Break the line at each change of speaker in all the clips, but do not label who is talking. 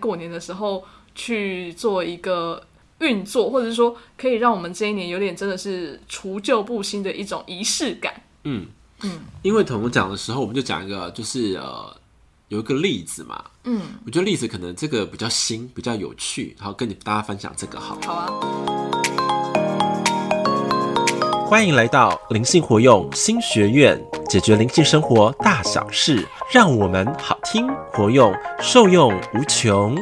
过年的时候去做一个运作，或者是说可以让我们这一年有点真的是除旧布新的一种仪式感。
嗯，因为统讲的时候，我们就讲一个，就是呃，有一个例子嘛。
嗯，
我觉得例子可能这个比较新，比较有趣，然后跟你大家分享这个好了。
好啊，
欢迎来到灵性活用新学院，解决灵性生活大小事，让我们好听活用，受用无穷。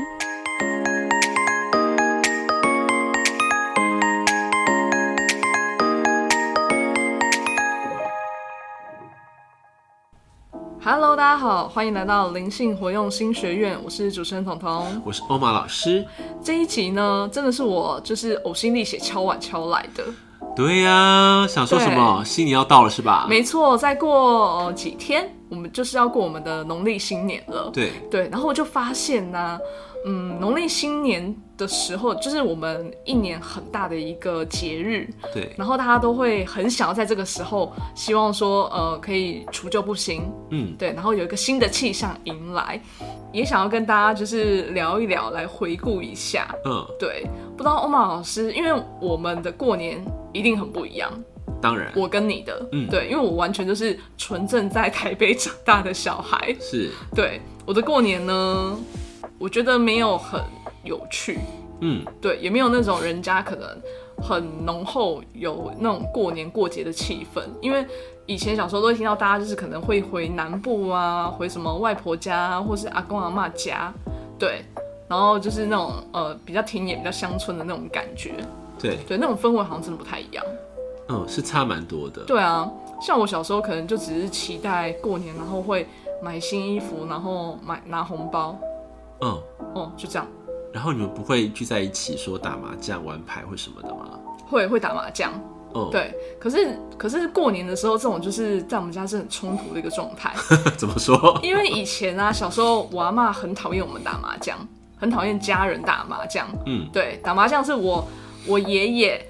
，Hello，大家好，欢迎来到灵性活用新学院，我是主持人彤彤。
我是欧玛老师。
这一集呢，真的是我就是呕心沥血敲碗敲来的。
对呀、想说什么？新年要到了是吧？
没错，再过、呃几天，我们就是要过我们的农历新年了。
对，
对，然后我就发现呢、嗯，农历新年的时候，就是我们一年很大的一个节日，
对，
然后大家都会很想要在这个时候，希望说，呃，可以除旧布新，
嗯，
对，然后有一个新的气象迎来，也想要跟大家就是聊一聊，来回顾一下，
嗯，
对，不知道欧玛老师，因为我们的过年一定很不一样，
当然
我跟你的，
嗯
对，因为我完全就是纯正在台北长大的小孩，
是，
对，我的过年呢，我觉得没有很有趣，
嗯，
对，也没有那种人家可能很浓厚有那种过年过节的气氛，因为以前小时候都会听到大家就是可能会回南部啊，回什么外婆家啊或是阿公阿嬷家，对。然后就是那种呃比较田野、比较乡村的那种感觉，
对，
对，那种氛围好像真的不太一样。
嗯，是差蛮多的。
对啊，像我小时候可能就只是期待过年，然后会买新衣服，然后买拿红包，
嗯，
哦、就这样。
然后你们不会聚在一起说打麻将、玩牌或什么的吗？
会会打麻将，
哦，
对。可是可是过年的时候，这种就是在我们家是很冲突的一个状态，
怎么说？
因为以前啊，小时候我阿妈很讨厌我们打麻将，很讨厌家人打麻将。
嗯，
对，打麻将是我我爷爷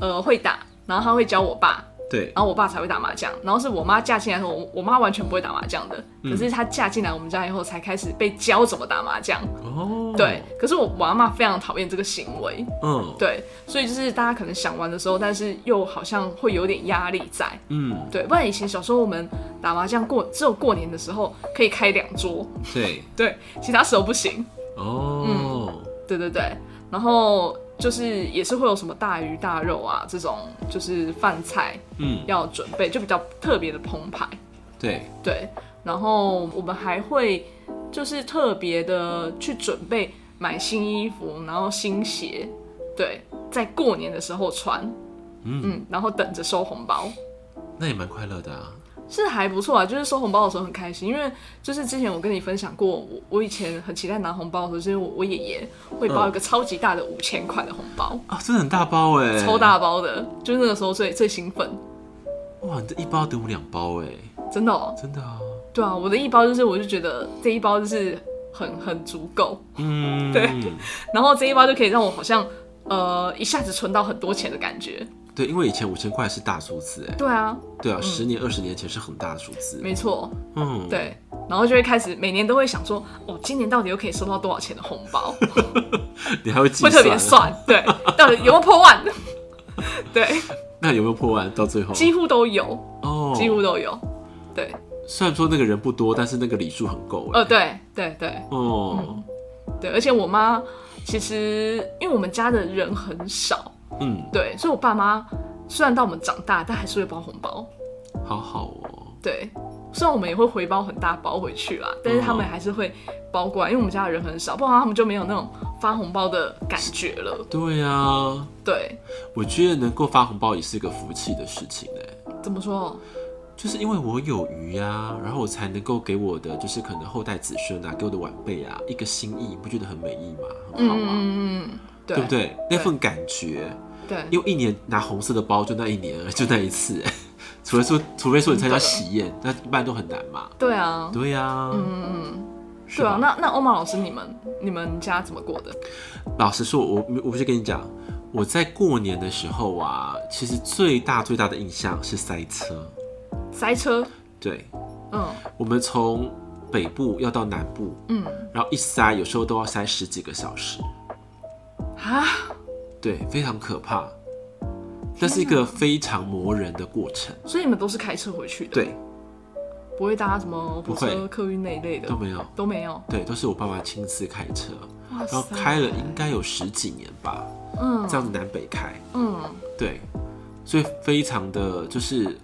呃会打，然后他会教我爸，
对，
然后我爸才会打麻将。然后是我妈嫁进来的时候，我我妈完全不会打麻将的，
嗯
可是她嫁进来我们家以后，才开始被教怎么打麻将。
哦，
对，，可是我我阿妈非常讨厌这个行为，
嗯，
对，所以就是大家可能想玩的时候，但是又好像会有点压力在。
嗯，
对，不然以前小时候我们打麻将过，只有过年的时候可以开两桌，
对，
对，其他时候不行。
哦，
对对对，然后就是也是会有什么大鱼大肉啊这种，就是饭菜
嗯，
要准备，就比较特别的澎湃。
对，
对，然后我们还会就是特别的去准备买新衣服，然后新鞋，对，在过年的时候穿，
嗯
嗯，然后等着收红包。
那也蛮快乐的啊。
是还不错啊，就是收红包的时候很开心，因为就是之前我跟你分享过，我我以前很期待拿红包的时候，就是我我爷爷会包一个超级大的五千块的红包，
啊，真的很大包哎，
超大包的，就是那个时候最最兴奋，
哇！你这一包得我两包哎，
真的哦，
真的啊，
对啊，我的一包就是我就觉得这一包就是很很足够，
嗯，
对然后这一包就可以让我好像呃一下子存到很多钱的感觉，
对，因为以前五千块是大数字哎，
对啊，
对啊，十年二十年前是很大的数字，
没错，
嗯，，
对，然后就会开始每年都会想说，哦，今年到底又可以收到多少钱的红包？
你还会计
会特别
啊，
算，对，到底有没有破万？ 对，
那有没有破万？到最后
几乎都有，
哦，
几乎都有。对，
虽然说那个人不多，但是那个礼数很够哎，
呃，对，对，对，
哦，
对，而且我妈其实因为我们家的人很少，
嗯，
对，所以我爸妈虽然到我们长大，但还是会包红包。
好好哦，
对，虽然我们也会回包很大包回去
嗯
啦，但是他们还是会包过来，因为我们家的人很少，不然他们就没有那种发红包的感觉了。
对啊，
对，
我觉得能够发红包也是一个福气的事情哎。
怎么说？
就是因为我有余啊，然后我才能够给我的就是可能后代子孙啊，给我的晚辈啊一个心意，不觉得很美意吗？很
嗯
好吗？
嗯嗯嗯，对
对不对？那份感觉，
对
因为一年拿红色的包就那一年，就那一次， 哎除非说除非说你参加喜宴，那一般都很难嘛。
对啊，
对呀、嗯嗯，是
对啊，
吧？
那那欧玛老师，你们你们家怎么过的？
老实说，我我必须跟你讲，我在过年的时候啊，其实最大最大的印象是塞车。
塞车，
对，
嗯
我们从北部要到南部，
嗯
然后一塞有时候都要塞十几个小时，
啊，
对，非常可怕。那是一个非常磨人的过程，
所以你们都是开车回去的，，
对，
不会搭什么火
不
车、
会
客运那一类的
都没有，
都没有。
对，都是我爸爸亲自开车，
哇
然后开了应该有十几年吧，
嗯
这样子南北开，
嗯，
对，所以非常的就是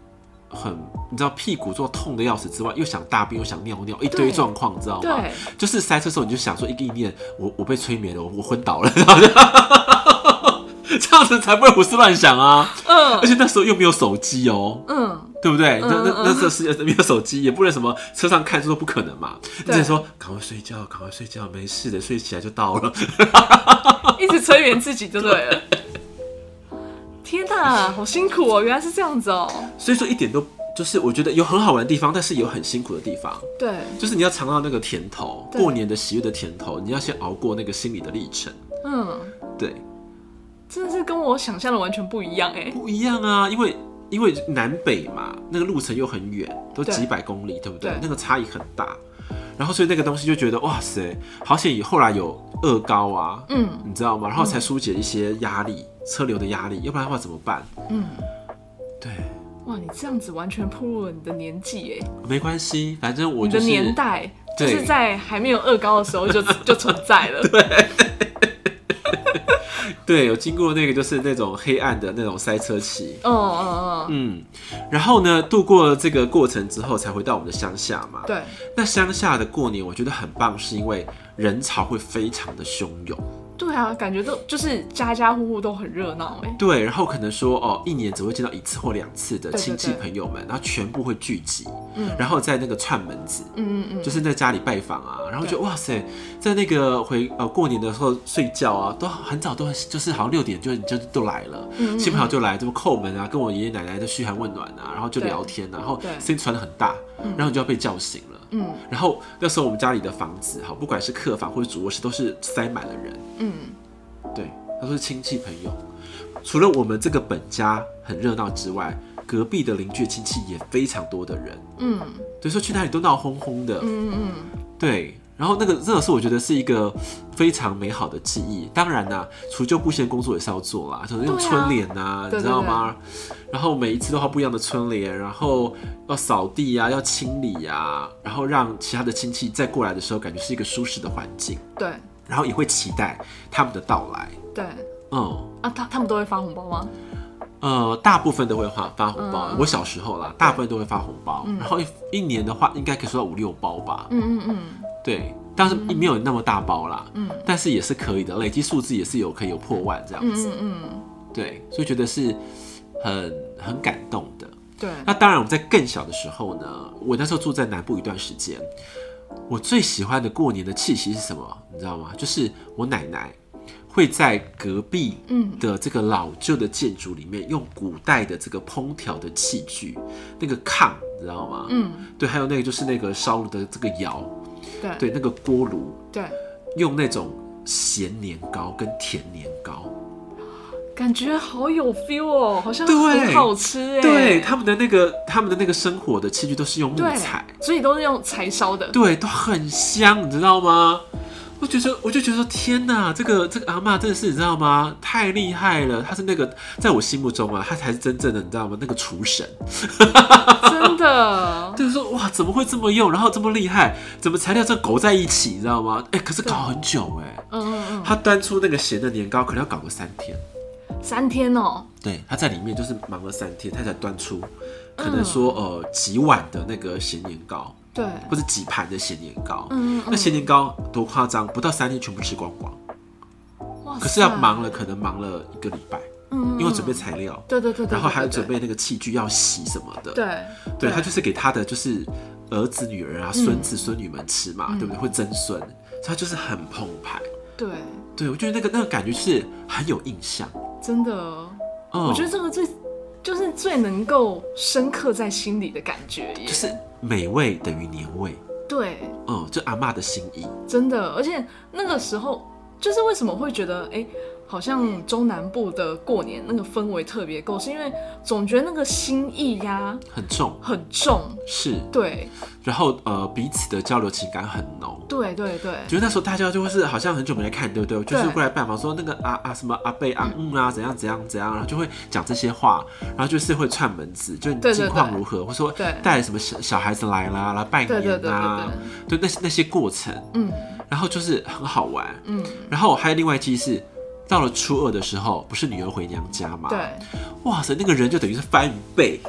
很，你知道屁股坐痛的要死之外，又想大便又想尿尿，一堆
对
状况，你知道吗？
对，
就是塞车的时候你就想说一个意念，我我被催眠了，我我昏倒了， 然后就这样子才不会胡思乱想啊！而
嗯
且那时候又没有手机哦，
嗯，
对不对？那那
嗯嗯
那这世界没有手机，也不能什么车上看书都不可能嘛。你
对
只能说赶快睡觉，赶快睡觉，没事的，睡起来就到了。
一直催眠自己就对了。天哪，好辛苦哦！原来是这样子哦。
所以说一点都就是我觉得有很好玩的地方，但是也有很辛苦的地方。
对，
就是你要尝到那个甜头，
对
过年的喜悦的甜头，你要先熬过那个心理的历程。
嗯，
对，
真的是跟我想象的完全不一样哎。
不一样啊，因为因为南北嘛，那个路程又很远，都
对
几百公里，对不对？
对
那个差异很大。然后所以那个东西就觉得哇塞，好险！后来有二高啊，
嗯
你知道吗？然后才疏解一些压力，车流的压力，要不然的话怎么办？
嗯，
对，
哇，你这样子完全暴露了你的年纪哎，
没关系，反正我
你
就
的
是
年代就
对
是在还没有二高的时 候就就存在了。对，
对有经过那个就是那种黑暗的那种塞车期，
嗯嗯嗯，
嗯，然后呢，度过这个过程之后，才回到我们的乡下嘛。
对，
那乡下的过年，我觉得很棒，是因为人潮会非常的汹涌。
对啊，感觉都就是家家户户都很热闹哎。
对，然后可能说哦，一年只会见到一次或两次的
对对
亲戚
对
朋友们，然后全部会聚集，
嗯
然后在那个串门子，
嗯嗯嗯，
就是在家里拜访啊，然后就
对
哇塞，在那个回呃过年的时候睡觉啊，都很早都很就是好像六点就就都来了，
嗯嗯
亲朋好友就来这么叩门啊，跟我爷爷奶奶的嘘寒问暖啊，然后就
对
聊天啊、然后
对
声音传的很大，然后你就要被叫醒了。
嗯
然后那时候我们家里的房子哈，不管是客房或者主卧室，都是塞满了人。
嗯，
对，他说是亲戚朋友，除了我们这个本家很热闹之外，隔壁的邻居亲戚也非常多的人，
嗯
所以说去哪里都闹哄哄的。
嗯嗯
对，然后那个真的是我觉得是一个非常美好的记忆。当然啦、除旧布新的工作也是要做啦，就是用
对啊
春联呐、
对
你知道吗？然后每一次都画不一样的春联，然后要扫地啊，要清理啊，然后让其他的亲戚再过来的时候，感觉是一个舒适的环境，
嗯，对
然后也会期待他们的到来。
对
嗯。
啊，他他们都会发红包吗？
呃，大部分都会发发红包。
嗯
我小时候啦，大部分都会发红包，然后一一年的话，应该可以收到五六包吧。
嗯嗯嗯，
对，但是没有那么大包啦，
嗯
但是也是可以的，累积数字也是有可以有破万这样
嗯
子，
嗯嗯，
对，所以觉得是很很感动的。
对，
那当然，我们在更小的时候呢，我那时候住在南部一段时间，我最喜欢的过年的气息是什么？你知道吗？就是我奶奶会在隔壁
嗯
的这个老旧的建筑里面，用古代的这个烹调的器具，那个炕，你知道吗？，
嗯
对，还有那个就是那个烧炉的这个窑，
对
对，那个锅炉，
对，
用那种咸年糕跟甜年糕，
感觉好有 feel 哦，好像
对
很好吃哎。
对他们的那个他们的那个生火的器具都是用木
对
材，，
所以都是用柴烧的。
对，都很香，你知道吗？我就觉得，我就觉得说，天哪，这个这个阿嬷真的是，你知道吗？太厉害了，她是那个，在我心目中啊，她才是真正的，你知道吗？那个厨神，
真的，
就是说，哇，怎么会这么用，然后这么厉害，怎么材料这狗在一起，你知道吗？哎、可是搞很久哎、
嗯嗯
她端出那个咸的年糕，可能要搞个三天。
嗯，三天哦，
对，他在里面就是忙了三天，他才端出
嗯
可能说、呃几碗的那个咸年糕，
对，
或者几盘的咸年糕。
嗯哦嗯
那咸年糕多夸张，不到三天全部吃光光。
哇塞
可是要忙了，，可能忙了一个礼拜，
啊嗯
因为准备，材料，
对对对对，
然后还要
对
准，备那个器具要洗什么的。
对
对，他就是给他的就是儿子、女儿啊、孙子、孙女们吃
嗯
嘛，对不对？会曾孙，所以他就是很澎湃。
对，
对，我觉得那个那个感觉是很有印象。
真的，
嗯，
我觉得这个最就是最能够深刻在心里的感觉耶
就，是美味等于年味。
对，
哦嗯，就阿嬷的心意。
真的，而且那个时候就是为什么会觉得哎、好像中南部的过年那个氛围特别够，是因为总觉得那个心意呀、
很重，
很重。
是，
对
然后呃彼此的交流情感很浓。
对对对
就是那时候大家就会是好像很久没来看，对不对？就是过来拜访，说那个啊啊什么阿贝啊嗯啊怎样怎样怎样，然后就会讲这些话，然后就是会串门子，就是你
对对
近况
对
如何，或者说
对
带什么小小孩子来啦，来拜
对对对
年
对
啊，
对，
对那些那些过程，
嗯
然后就是很好玩。
嗯，
然后还有另外一期是。到了初二的时候，不是女儿回娘家嘛？，
对，
哇塞，那个人就等于是翻一倍。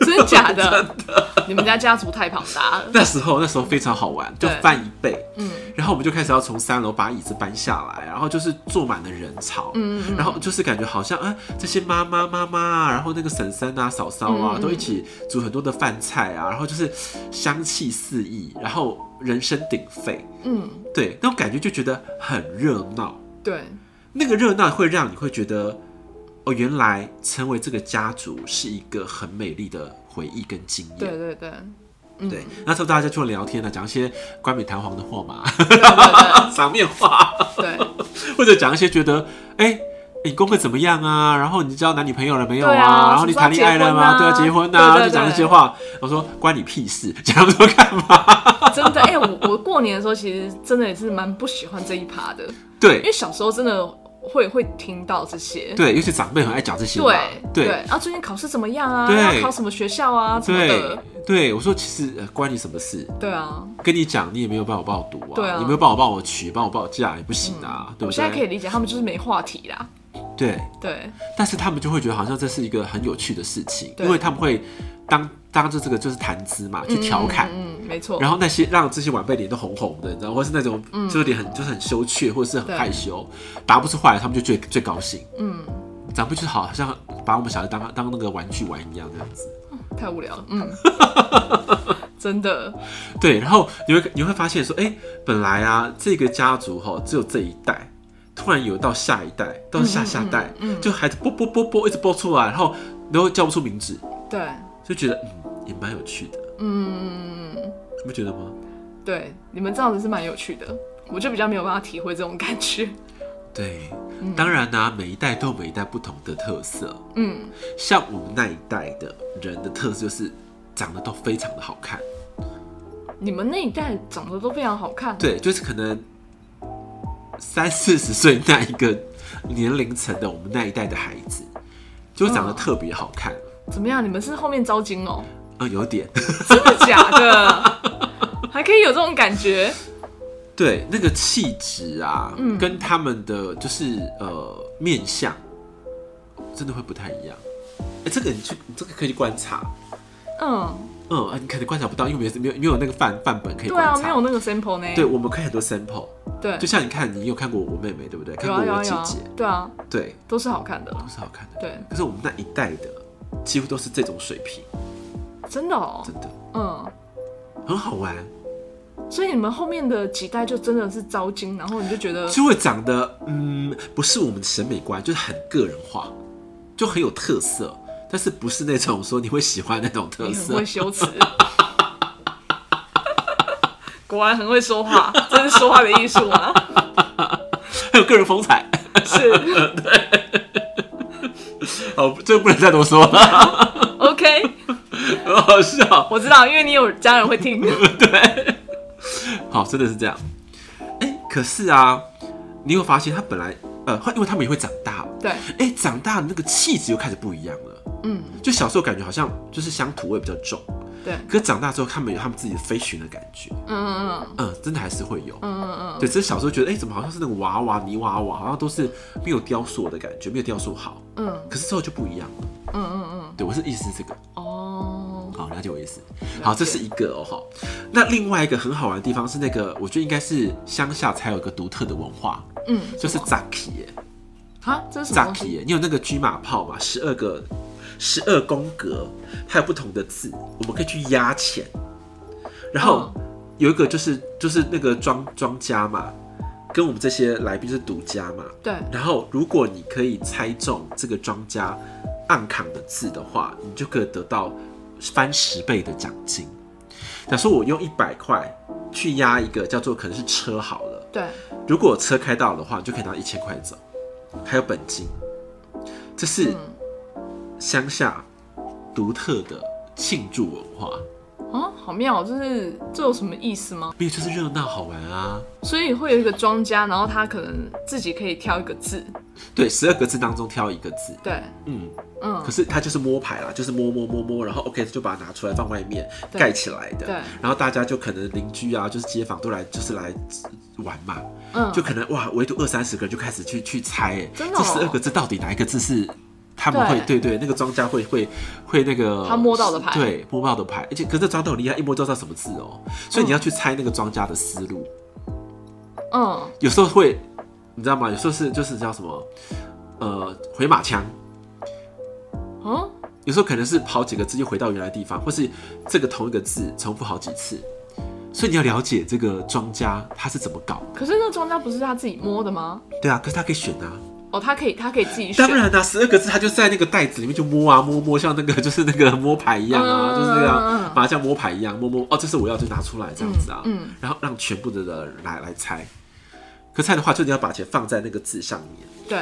真的假 的？ 你们家家族太庞大了。
那时候那时候非常好玩，就
对
翻一倍。
嗯
然后我们就开始要从三楼把椅子搬下来，然后就是坐满了人潮，
嗯嗯
然后就是感觉好像啊、这些妈妈妈妈啊，然后那个婶婶啊、嫂嫂啊，
嗯嗯
都一起煮很多的饭菜啊，然后就是香气四溢，然后人声鼎沸，
嗯，
对，那种感觉就觉得很热闹。
对，
那个热闹会让你会觉得，哦，原来成为这个家族是一个很美丽的回忆跟经验。
对对对，嗯
对，那时候大家就聊天了，讲一些冠冕堂皇的话嘛，
对对
场面话。
对对
或者讲一些觉得，哎、你功课怎么样啊？然后你交男女朋友了没有
对啊
然后你谈恋爱了吗？
什
对啊，
么时候
结
结婚啊
婚啊，
对对对
就讲这些话。我说关你屁事， 讲那么多干嘛？
真的，哎、我我过年的时候其实真的也是蛮不喜欢这一趴的，因
对
为小时候真的会会听到这些。
对，尤其长辈很爱讲这些嘛。
对
对
然后最近考试怎么样啊？
对
要考什么学校啊？什么
对
的。
对我说其实、呃、关你什么事？
对啊，
跟你讲，你也没有办法帮我读啊，
对啊嗯
也没有办法帮我娶，帮我报嫁也不行啊，
我
对不
现在可以
对？
理解他们就是没话题啦。
对，
对
但是他们就会觉得好像这是一个很有趣的事情，
对
因为他们会当当着这个就是谈资嘛，去调侃。
嗯，嗯嗯没错。
然后那些让这些晚辈脸都红红的，你知道，或是那种就是脸很、就是很羞怯，或者是很
对
害羞，答不出话来，他们就最最高兴。
嗯，
长辈就是好好像把我们小孩当当那个玩具玩一样这样子。
太无聊了。嗯， 真的。
对，然后你会你会发现说，哎、本来啊这个家族哈只有这一代。突然有到下一代，到下下代，
嗯嗯嗯嗯
就孩子播播播播一直播出来，然后然后叫不出名字，
对，
就觉得嗯也蛮有趣的，
嗯，
你不觉得吗？
对，你们这样子是蛮有趣的，我就比较没有办法体会这种感觉。
对，当然呢、每一代都有每一代不同的特色，
嗯，
像我们那一代的人的特色就是长得都非常的好看，
你们那一代长得都非常好看。
对，就是可能三四十岁那一个年龄层的我们那一代的孩子，就长得特别好看，
怎么样？你们是后面招金哦、
嗯，有点，
真的假的？ 还可以有这种感觉？
对，那个气质啊，
嗯
跟他们的就是呃面相，真的会不太一样。哎、这个你去，这个可以去观察，
嗯，
嗯，啊你可能观察不到，因为没有没有没有那个范范本可以
对
观察。
啊，没有那个 sample 呢。
对，我们可以很多 sample，
对
就像你看，你有看过我妹妹对不对？看
有
过
啊有
我
啊
姐
有啊
姐，，
对啊，
对，
都是好看的，
都是好看的。
对，
可是我们那一代的几乎都是这种水平，
真的哦、
真的
嗯，
很好玩，
所以你们后面的几代就真的是招金，然后你就觉 得，
就会长得嗯，不是我们审美观，就是很个人化，就很有特色，但是不是那种说你会喜欢那种特
你很
色
会，修辞。 果然很会说话，这是说话的艺术吗？
很有个人风采。
是
哦，这个不能再多说了，
，OK，
很好笑。
我知道，因为你有家人会听。
好，真的是这样。哎、可是啊，你有发现他本来呃，因为他们也会长大，
对，
哎、长大的那个气质又开始不一样了。
嗯，
就小时候感觉好像就是乡土味比较重，
对，
可是长大之后他们有他们自己的飞寻的感觉，
嗯嗯嗯
嗯，真的还是会有。
嗯嗯嗯，
对，只是小时候觉得，哎、怎么好像是那个娃娃泥娃娃，好像都是没有雕塑的感觉，没有雕塑好。
嗯
可是之后就不一样了。
嗯嗯嗯，
对，我是意思是这个。
哦，
好，了解我意思。好，这是一个哦，哈。那另外一个很好玩的地方是那个，我觉得应该是乡下才有一个独特的文化，
嗯，
就是扎起耶，
啊，这是什么
扎
东
起
西？
耶。你有那个车马炮嘛？十二个，十二宫格，还有不同的字，我们可以去压钱。然后有一个就是就是那个庄庄家嘛，跟我们这些来宾是独家嘛，
对，
然后，如果你可以猜中这个庄家暗扛的字的话，你就可以得到翻十倍的奖金。假说我用一百块去押一个叫做可能是车好了，
对，
如果车开到的话，你就可以拿一千块走。还有本金，
嗯
这是乡下独特的庆祝文化。
啊，好妙！就是这有什么意思吗？
没有，就是热闹好玩啊。
所以会有一个庄家，然后他可能自己可以挑一个字，
对，十二个字当中挑一个字，
对，
嗯，
嗯
可，是它就是摸牌啦，就是摸摸摸摸，然后 OK 就把它拿出来放外面
对
盖起来的
对，
然后大家就可能邻居啊，就是街坊都来就是来玩嘛，
嗯，
就可能哇，唯独二三十个人就开始去去猜，哎，
真的
这
哦
十二个字到底哪一个字是他们会对对那个庄家会会会那个
他摸到的牌
对摸到的牌，而且可是这庄家很厉害，一摸就知道什么字哦，所以你要去猜那个庄家的思路，
嗯，
有时候会你知道吗？有时候是就是叫什么呃回马枪。
嗯，
有时候可能是跑几个字又回到原来的地方，或是这个同一个字重复好几次，所以你要了解这个庄家他是怎么搞。
可是那庄家不是他自己摸的吗？
对啊，可是他可以选啊，
哦，他可以，他可以自己选。
当然啦、啊，十二个字他就在那个袋子里面就摸啊摸摸，像那个 就是那个摸牌一样啊，
嗯
就是那个
嗯
啊
嗯
麻将摸牌一样摸摸哦，这是我要就拿出来这样子啊，
嗯嗯
然后让全部的人来来猜。可猜的话，就你要把钱放在那个字上面，
对，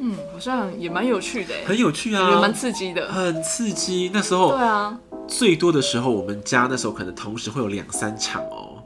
嗯，好像也蛮有趣的耶，
很有趣
也
啊
蛮，刺激的。
很刺激。那时
对
候
啊，
最多的时候，我们家那时候可能同时会有两三场哦，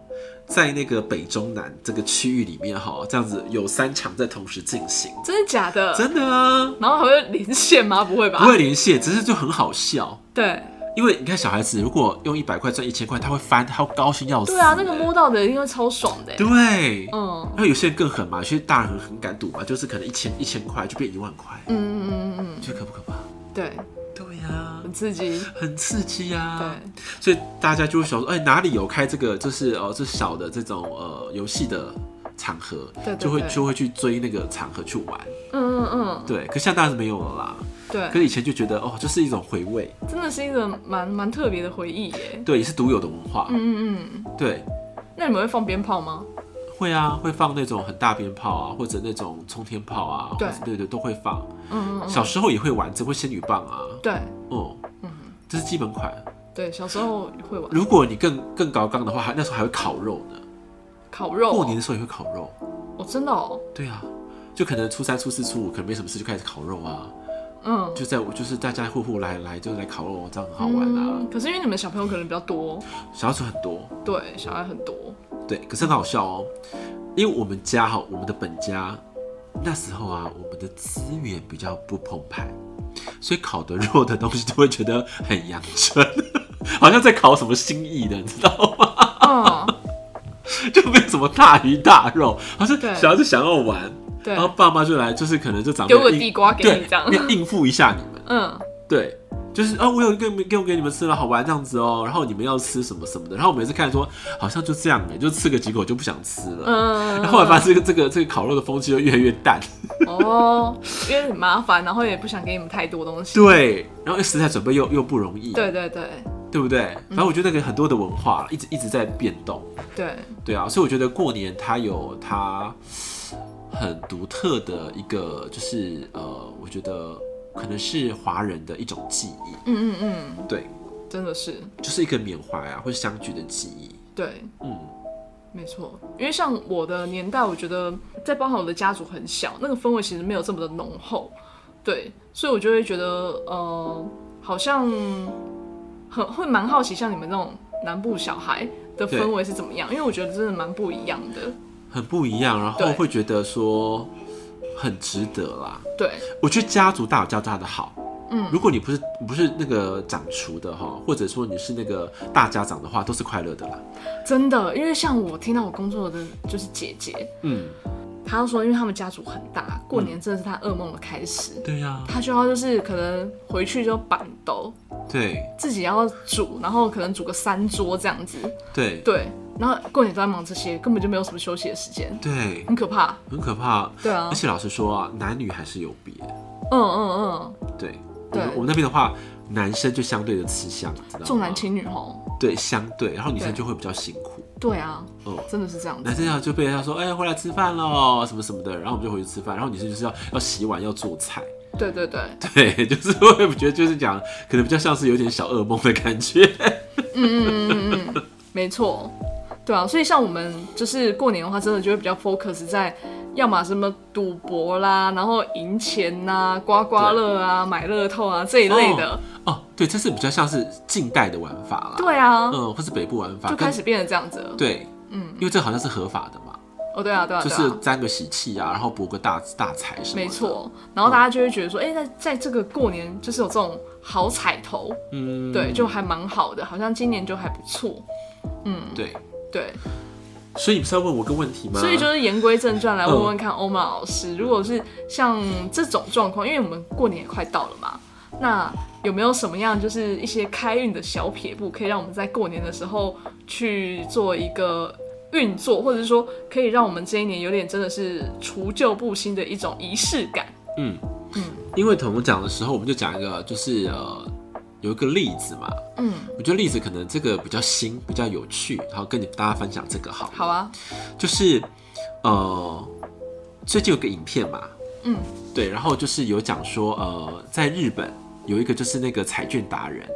在那个北中南这个区域里面哈、这样子有三场在同时进行，
真的假的？
真的啊，
然后还会连线 吗？不会吧？
不会连线，只是就很好笑。
对，
因为你看小孩子，如果用一百块赚一千块，他会翻，他会高兴要死。
对啊，那个摸到的一定会超爽的耶。欸
对，
嗯
然后有些人更狠嘛，有些大人很很敢赌嘛，就是可能一千一千块就变一万块，
嗯嗯嗯嗯
你觉得可不可怕？
嗯，对，
对呀、
很刺激。
很刺激啊。
对，
所以大家就会想说，哎、哪里有开这个，就是哦，这小的这种呃游戏的场合，
对对
就会
对
就会去追那个场合去玩。
嗯嗯嗯，
对，可现在当然是没有了啦。可
对，
是以前就觉得哦，就是一种回味，
真的是一个蛮蛮特别的回忆耶。
对，也是独有的文化。
嗯嗯嗯，
对，
那你们会放鞭炮吗？
会啊，会放那种很大鞭炮啊，或者那种冲天炮啊，或
对
者对对都会放。
嗯嗯嗯，
小时候也会玩，只会仙女棒啊，
对
嗯，这是基本款。
对，小时候会玩
如果你更更高纲的话，还那时候还会烤肉呢，
烤肉哦。
过年的时候也会烤肉。
哦，真的哦，
对啊，就可能初三、初四、初五可能没什么事就开始烤肉啊，
嗯。
就在就是大家户户来来就来烤肉，这样很好玩啊。
嗯可是因为你们小朋友可能比较多，
小孩子很多，
对，小孩很 多，
对，可是很好笑哦，因为我们家哈，我们的本家那时候啊，我们的资源比较不澎湃，所以烤的肉的东西都会觉得很阳春。好像在烤什么心意的，你知道吗？
嗯，
就没有什么大鱼大肉，好像
对
小孩子想要玩，
对
然，后爸妈就来，就是可能就长辈
丢个
应
地瓜给
对
你这样，
要应付一下你们。
嗯，
对，就是啊，我有给你们给我给你们吃了，好玩这样子哦。然后你们要吃什么什么的，然后我每次看说好像就这样哎，就吃个几口就不想吃了。
嗯，
然后后来发现这个这个这个烤肉的风气就越来越淡，
哦，因为很麻烦，然后也不想给你们太多东西。
对，然后食材准备又又不容易，
对嗯对对
对不对？反正我觉得那个很多的文化一直一直在变动，
对
对啊，所以我觉得过年它有它很独特的一个，就是呃，我觉得可能是华人的一种记忆，
嗯嗯嗯，
对，
真的是
就是一个缅怀啊或是相聚的记忆，
对，
嗯。
没错。因为像我的年代，我觉得在包含我的家族很小，那个氛围其实没有这么的浓厚，对，所以我就会觉得，呃，好像很会蛮好奇，像你们那种南部小孩的
对
氛围是怎么样，因为我觉得真的蛮不一样的。
很不一样，然后
对
会觉得说很值得啦。
对，
我觉得家族大有家族大的好。
嗯
如果你不是不是那个掌厨的哈，或者说你是那个大家长的话，都是快乐的啦。
真的，因为像我听到我工作的就是姐姐，
嗯，
她说，因为他们家族很大，过年真的是她噩梦的开始。
对呀、
他就要就是可能回去就板豆，
对
自己要煮，然后可能煮个三桌这样子，
对
对，然后过年都在忙这些，根本就没有什么休息的时间，
对，
很可怕，
很可怕。
对啊
而，且老实说啊，男女还是有别。
嗯嗯嗯，
对，我
对
们我们那边的话，男生就相对的吃香，你知道吗
重男轻女吼，
对相对，然后女生
对
就会比较辛苦。
对啊，
哦
真的是这样子
男，生要就被他说，哎、回来吃饭喽，什么什么的，然后我们就回去吃饭，然后女生就是要要洗碗，要做菜。
对对对，
对， 就是我也觉得就是讲，可能比较像是有点小噩梦的感觉。
没错，对啊，所以像我们就是过年的话，真的就会比较 focus 在要么什么赌博啦，然后赢钱呐、刮刮乐啊、买乐透啊这一类的。
哦，对，这是比较像是近代的玩法啦。
对啊，
嗯，或是北部玩法，
就
跟
开始变成这样子了。
对，
嗯，
因为这好像是合法的嘛，
哦，对啊，对啊，
就
对啊。
是沾个喜气啊，然后博个大大财什么的。
没，错，然后大家就会觉得说，哎、在在这个过年就是有这种好彩头，
嗯，
对，就还蛮好的，好像今年就还不错，
对。
对，
所以你不是要问我个问题吗？
所以就是言归正传，来问
嗯
问看欧玛老师，如果是像这种状况，因为我们过年也快到了嘛，那有没有什么样就是一些开运的小撇步，可以让我们在过年的时候去做一个运作，或者是说可以让我们这一年有点真的是除旧布新的一种仪式感？
嗯
嗯
因为彤彤讲的时候，我们就讲一个，就是呃，有一个例子嘛。
嗯，
我觉得例子可能这个比较新，比较有趣，然后跟你大家分享这个好了。
好啊，
就是呃，最近有个影片嘛，
嗯，
对，然后就是有讲说，呃，在日本有一个就是那个彩券达人，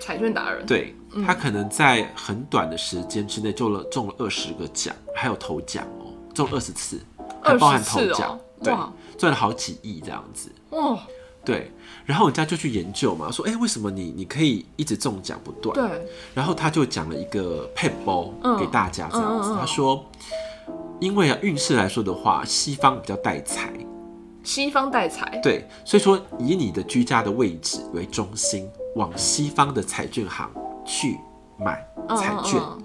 彩券达人，
对他可能在很短的时间之内中了中了二十个奖，还有头奖哦，中了二十次，还包含头
20次哦
奖，
哇
对，赚了好几亿这样子。
哦，
对，然后人家就去研究嘛，说，哎、为什么你你可以一直中奖不断？
对，
然后他就讲了一个配包
嗯
给大家，这样子，
嗯嗯嗯
他说，因为啊运势来说的话，西方比较带财，
西方带财，
对，所以说以你的居家的位置为中心，往西方的彩券行去买
嗯
彩
嗯
券，
嗯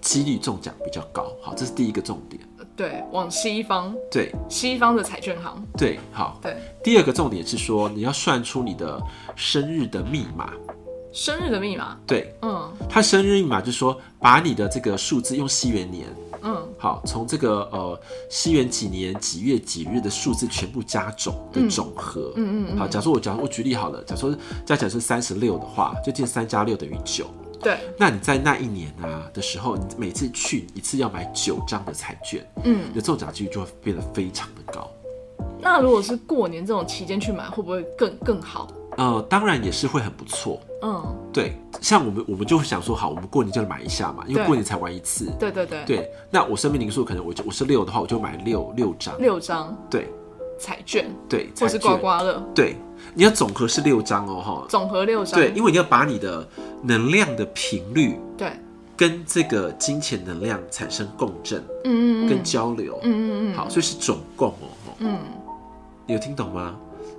几率中奖比较高。好，这是第一个重点。
对，往西方，
对
西方的彩券行，
对，好。
对，
第二个重点是说，你要算出你的生日的密码。
生日的密码，
对，
嗯
他生日密码就是说，把你的这个数字用西元年，
嗯
好，从这个呃西元几年几月几日的数字全部加总的总和。
嗯嗯嗯
好，假说我假如我举例好了，假说加起来是三十六的话，就进三加六等于九。
对，
那你在那一年啊的时候，你每次去一次要买九张的彩券，
嗯
你，的中奖几率就会变得非常的高。
那如果是过年这种期间去买，会不会更更好？
呃，当然也是会很不错。
嗯，
对，像我们我们就会想说，好，我们过年就买一下嘛，因为
对
过年才玩一次。
对对对，
对，那我生命灵数可能我就我是六的话，我就买六六张。
六张
对
彩券
对，
或
彩
是
券
刮刮乐，
对，你要总和是六张哦，哈。
总和六张，
对，因为你要把你的能量的频率
对，
跟这个金钱能量产生共振
嗯嗯嗯，
跟交流。
嗯嗯嗯，
好，所以是总共哦。哈
嗯，
你有听懂吗？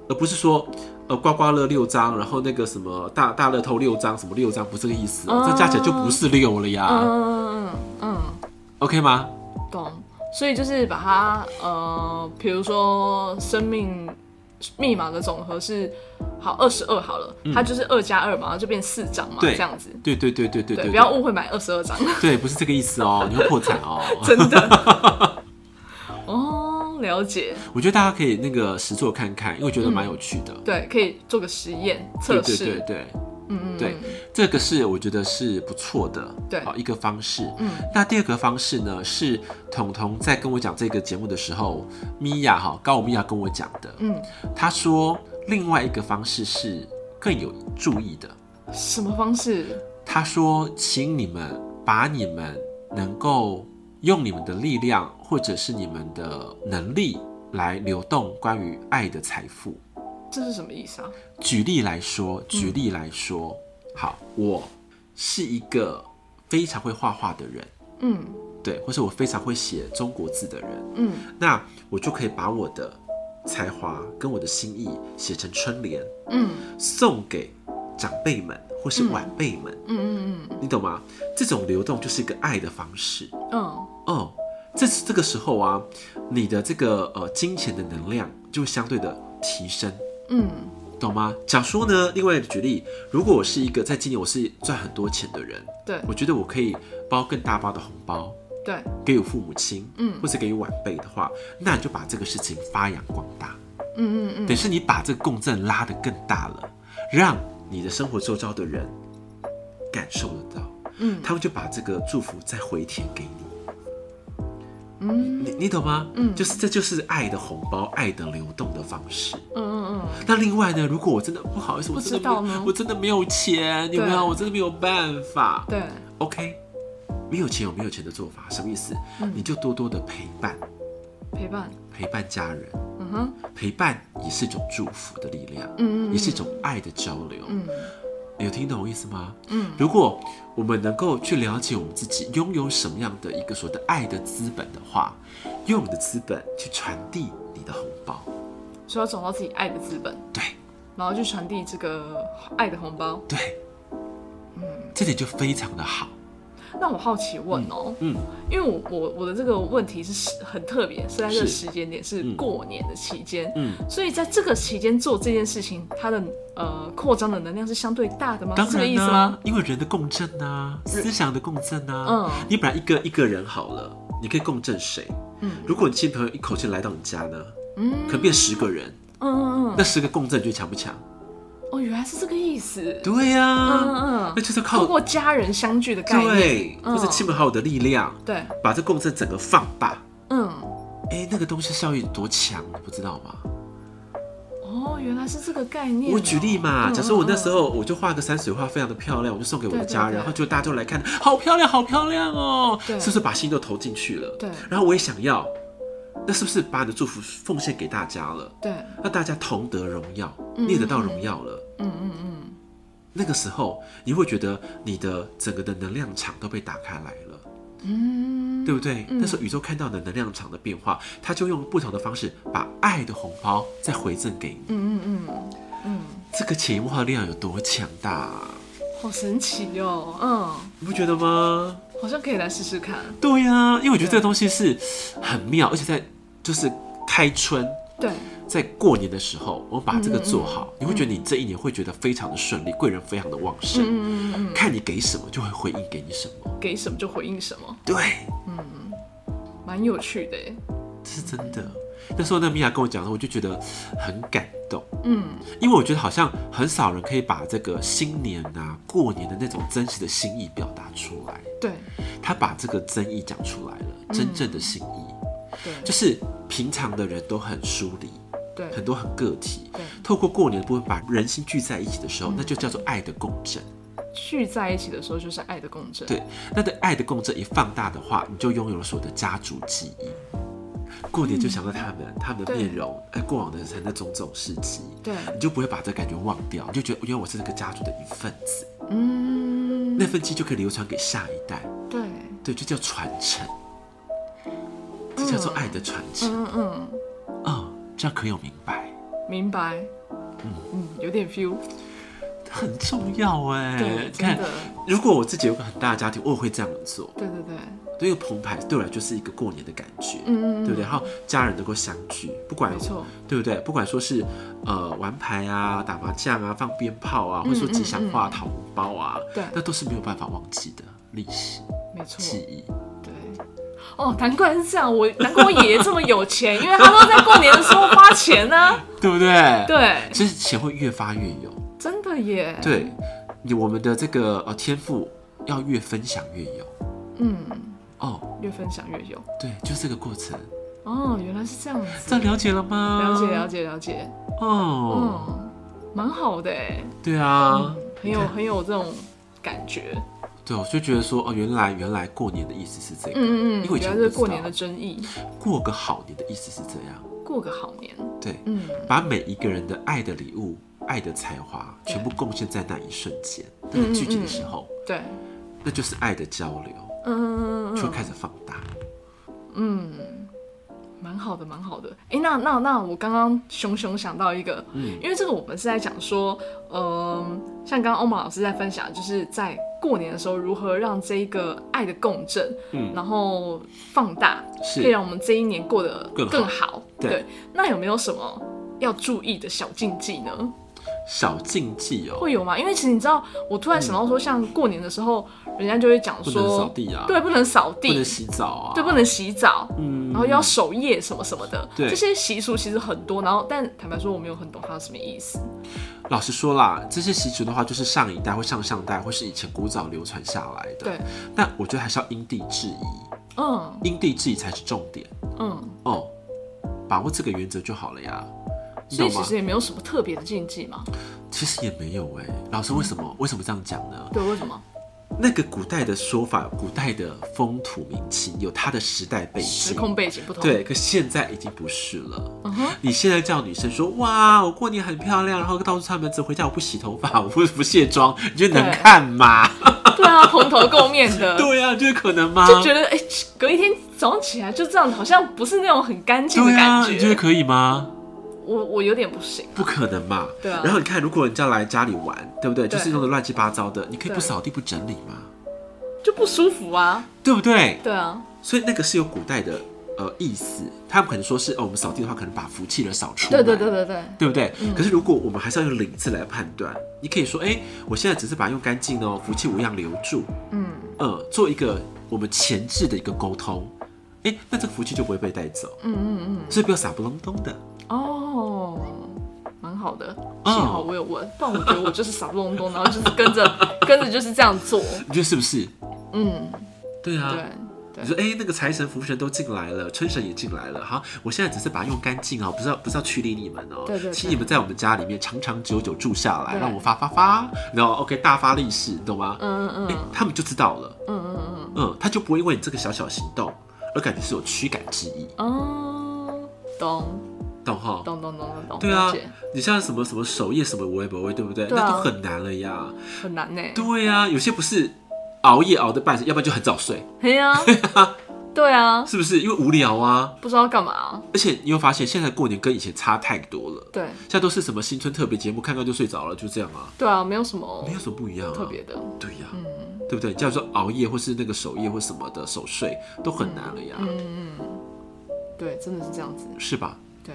而不是说，呃，刮刮乐六张，然后那个什么大大乐透六张，什么六张，不是这个意思、哦，
嗯
这加起来就不是六了呀、
嗯嗯嗯嗯
OK 吗？
嗯，懂。所以就是把它呃，比如说生命密码的总和是好二十二好了，它就是二加二嘛，然后就变四张嘛，
嗯对
这样子。
对对对对对对，
对，不要误会买二十二张，
对，不是这个意思哦， 你会破产哦。
真的。 哦，了解，
我觉得大家可以那个实做看看，因为我觉得蛮有趣的。
对，可以做个实验嗯
对
测
对
试
对，对，
嗯嗯，
对
嗯，
这个是我觉得是不错的，
对
好一个方式。
嗯，
那第二个方式呢，是彤彤在跟我讲这个节目的时候，米娅哈高米娅跟我讲的，
嗯，
她说另外一个方式是更有注意的。
什么方式？
她说，请你们把你们能够用你们的力量或者是你们的能力来流动关于爱的财富。
这是什么意思啊？
举例来说，举例来说，好，我是一个非常会画画的人，
嗯
对，或是我非常会写中国字的人，
嗯
那我就可以把我的才华跟我的心意写成春联，
嗯
送给长辈们或是晚辈们，
嗯嗯嗯
你懂吗？这种流动就是一个爱的方式，
嗯，
哦，这是这个时候啊，你的这个呃金钱的能量就会相对的提升，
嗯
懂吗？假说呢，另外举例，如果我是一个在今年我是赚很多钱的人，
对
我觉得我可以包更大包的红包
对，
给我父母亲，
嗯
或是给予晚辈的话，那你就把这个事情发扬光大，
嗯嗯嗯，
等于是你把这个共振拉得更大了，让你的生活周遭的人感受得到，
嗯
他们就把这个祝福再回填给你。
嗯
你你懂吗？
嗯
就是这就是爱的红包，爱的流动的方式。
嗯嗯嗯，
那另外呢，如果我真的不好意思，我
不
真
知
的没
道
有
呢，
我真的没有钱，有没
对
有？我真的没有办法。
对，
OK，没有钱有没有钱的做法，什么意思？你就多多的陪伴，
陪伴，
陪伴家人，
嗯哼，
陪伴也是一种祝福的力量，
嗯嗯嗯
也是一种爱的交流。
嗯
有听懂我意思吗？
嗯，
如果我们能够去了解我们自己拥有什么样的一个所谓的爱的资本的话，用你的资本去传递你的红包，
所以要找到自己爱的资本，
对
然后去传递这个爱的红包。
对，
嗯
这点就非常的好。
那我好奇问哦、
嗯，
因为我我我的这个问题是很特别，是在这个
是
时间点是
嗯
过年的期间，
嗯，
所以在这个期间做这件事情，它的呃扩张的能量是相对大的吗？
当
哦是这个
然
意思
啦、
吗？
因为人的共振啊，思想的共振啊，
嗯
你本来一个一个人好了，你可以共振谁？
嗯
如果你亲朋友一口气来到你家呢，
嗯
可能变十个人，
嗯嗯
那
嗯，
十个共振你觉得强不强？
哦，原来是这个意思。
对呀、
嗯嗯
那就是
通
靠
过家人相聚的概念，
对，
嗯
就是亲朋好友的力量，
对，
把这共振整个放大。
嗯，
哎，那个东西效益多强，你不知道吗？
哦，原来是这个概念哦。
我举例嘛，
嗯
假设我那时，候我就画个山水画，非常的漂亮，我就送给我的
对对
家
对
人，然后就大家就来看，好漂亮，好漂亮哦，
对
是不是把心都投进去了？
对
然后我也想要，那是不是把你的祝福奉献给大家了？
对，
那大家同得荣耀，你也得到荣耀了。
嗯嗯嗯，
那个时候，你会觉得你的整个的能量场都被打开来了，
嗯，
对不对？那时候宇宙看到你的能量场的变化，它就用不同的方式把爱的红包再回赠给你。
嗯嗯嗯嗯，
这个潜移默化力量有多强大、啊？
好神奇哦，嗯，
你不觉得吗？
好像可以来试试看。
对呀、因为我觉得这
对
个东西是很妙，而且在就是开春，
对，
在过年的时候，我们把这个做
嗯
好，你会觉得你这一年会觉得非常的顺利，贵人非常的旺盛。
嗯嗯嗯，
看你给什么，就会回应给你什么。
给什么就回应什么，
对，
蛮有趣的耶。
这是真的。那时候那米娅跟我讲的时候，我就觉得很感动，
嗯，
因为我觉得好像很少人可以把这个新年啊、过年的那种真实的心意表达出来。
对
他把这个真意讲出来了，
嗯
真正的心意，
对
就是平常的人都很疏离，
对
很多很个体。
对，嗯
透过过年的部分把人心聚在一起的时候，那就叫做爱的共振。
聚在一起的时候就是爱的共振。
对，那的爱的共振一放大的话，你就拥有了所谓的家族记忆。过年就想到他们，他们的
嗯对
面容，哎，过往的人的种种事迹，
对，
你就不会把这感觉忘掉，你就觉得，哎因为我是这个家族的一份子，
嗯，
那份记忆就可以流传给下一代，
对，
对，就叫传承，这叫做爱的传承。
嗯嗯，
嗯，这样可有明白，
明白。嗯，有点 feel，
很重要哎
对，。真
看
的，，
如果我自己有个很大的家庭，我也会这样做。
对对对，
对，一个澎湃对我来说就是一个过年的感觉，
嗯嗯
对不对？
嗯，
然后家人能够相聚，不管
没错，
对不对？不管说是呃玩牌啊、打麻将啊、放鞭炮
嗯
啊，或者说吉祥话、讨红包啊，
对
那都是没有办法忘记的历史
没错，
记忆。
对。哦，难怪是这样，我难怪我爷爷这么有钱， 因为他都在过年的时候花钱呢、啊。
对不对？，
对，
其实钱会越发越有。
真的耶。，
对，你我们的这个呃天赋要越分享越有。
嗯，
哦，
越分享越有。
对，就是这个过程。
哦，原来是这样
这
子。
样了解了吗？
了解了。解了解，
哦，
嗯，蛮好的哎，
对啊，
很有很有这种感觉。
对，我就觉得说，哦，原来原来过年的意思是这个，
嗯嗯
因为
嗯，
以
原
前
来
不
是
知道
过年的争议，
过个好年的意思是这样，
过个好年。
对，
嗯，
把每一个人的爱的礼物、爱的才华全部贡献在那一瞬间，那
嗯嗯嗯
个聚集的时候，
对，
那就是爱的交流，
嗯嗯嗯
就会
嗯
开始放大。
嗯，蛮好的，蛮好的。哎、那那那我刚刚熊熊想到一个，
嗯
因为这个我们是在讲说，嗯、像刚刚欧玛老师在分享，就是在过年的时候如何让这一个爱的共振，
嗯
然后放大，可
是
以让我们这一年过得
更好对
那有没有什么？要注意的小禁忌呢，
小禁忌哦，
会有吗？因为其实你知道，我突然想到说，像过年的时候，人家就会讲
不能扫
说，
地啊，
对，，不能扫
不
地
能，洗澡啊，
对，不，能洗澡，
嗯
然后又要守夜什么什么的，
对
这些习俗其实很多。然后，但坦白说，我没有很懂它是什么意思。
老实说啦，这些习俗的话，就是上一代或上上代，或是以前古早流传下来的。
对，
那我觉得还是要因地制宜，
嗯
因地制宜才是重点
嗯，
哦。把握这个原则就好了呀，你
所以
懂
其
吗？
实也没有什么特别的禁忌嘛。
欸其实也没有哎、老师为什么、为什么这样讲呢？
对，为什么？
那个古代的说法，古代的风土民情有它的时代背景，
时空背景不同。，
对，可现在已经不是了。
嗯哼，
你现在叫女生说哇，我过年很漂亮，然后到处穿门子，回家我不洗头发，我 不不卸妆，你觉得能
对
看吗？
对啊，蓬头垢面的，
对呀、啊，这可能吗？
就觉得哎、隔一天早上起来就这样，好像不是那种很干净的
对
感
啊，你觉得
觉。
可以吗？
我我有点不行，
不可能嘛。
对啊
然后你看，如果人家来家里玩，对不对？
对
就是弄得乱七八糟的，你可以不
对
扫地不整理吗？
就不舒服啊。
对不对？
对啊，
所以那个是有古代的呃意思，他们可能说是哦，我们扫地的话，可能把福气的扫出来。
对对对嗯对对，
对不对？可是如果我们还是要用领字来判断，你可以说，哎、我现在只是把它用干净哦，福气无恙留住，
嗯，
呃，做一个我们前置的一个沟通，哎、那这个福气就不会被带走，
嗯嗯
所以不要傻不隆咚的。
嗯，哦，蛮好的，
哦
幸好我有问，不然我觉得我就是傻不隆咚，然后就是跟着跟着就是这样做，
你觉得是不是？
嗯，
对啊。
对
你说，哎、那个财神、福神都进来了，春神也进来了，哈，我现在只是把它用干净哦，不是要不是要驱离你们哦，
对对对
请你们在我们家里面长长久久住下来，
对
让我发发发，然后 OK 大发利是，你懂吗？
嗯嗯
哎、
嗯
他们就知道了，
嗯嗯
嗯，他就不会因为你这个小小行动而感觉是有驱赶之意，
嗯，哦，懂
懂哈？
懂懂懂懂懂，
对啊
了解，
你像什么什么守夜什么无为不为，对不对？
对啊
那都很难了呀。
很难呢。
对啊呀、有些不是熬夜熬的半死，要不然就很早睡，
嘿 呀，对啊，
是不是？因为无聊啊。
不知道干嘛，
而且你有发现，现在过年跟以前差太多了。
对
现在都是什么新春特别节目，看看就睡着了，就这样啊，
对啊，没有什么
没有什么不一样啊。
特别的，
对呀、
嗯
对不对？你叫说熬夜或是那个守夜或什么的守睡都很难了呀，
嗯嗯，对，真的是这样子，
是吧
对。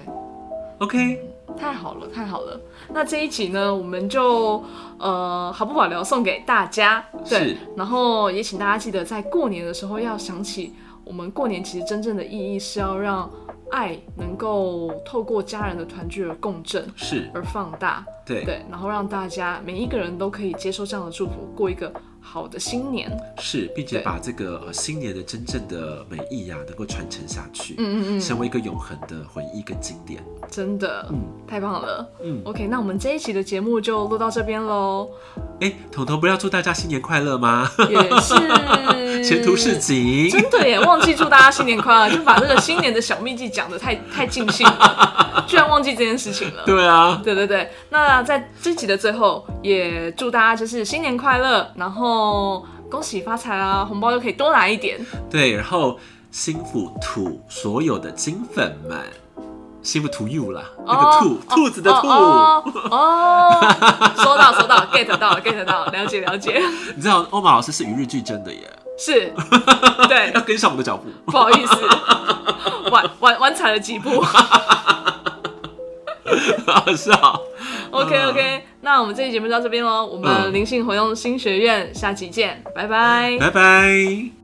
？OK，
太好了，太好了！那这一集呢，我们就呃毫不保留送给大家。对
是，
然后也请大家记得在过年的时候要想起，我们过年其实真正的意义是要让爱能够透过家人的团聚而共振，
是，
而放大。
对，
对，然后让大家每一个人都可以接受这样的祝福，过一个好的新年。
是，并且
对
把这个呃新年的真正的美意呀、能够传承下去，
嗯嗯嗯，
成为一个永恒的回忆跟经典。
真的、太棒了。
嗯
OK，那我们这一期的节目就录到这边 喽，
哎，彤彤不要祝大家新年快乐吗？
也是
前途似锦。
真的耶，忘记祝大家新年快乐， 就把这个新年的小秘籍讲的太太尽兴 了，居然忘记这件事情了。
对啊，
对对对，那在这集的最后，也祝大家就是新年快乐，然后恭喜发财啊，红包又可以多拿一点。
对，然后心腹吐所有的金粉们，心腹吐 you 啦，那个兔、兔子的兔，
哦哦哦，收到收到，get 到了 get 到了，了解了解，
你知道欧玛老师是与日俱增的耶，
是，对
要，跟上我们的脚步。
不好意思，晚晚晚踩了几步。
是啊，
OK OK，那我们这期节目就到这边喽，我们
嗯
灵性活用新学院下期见，拜拜。
拜拜。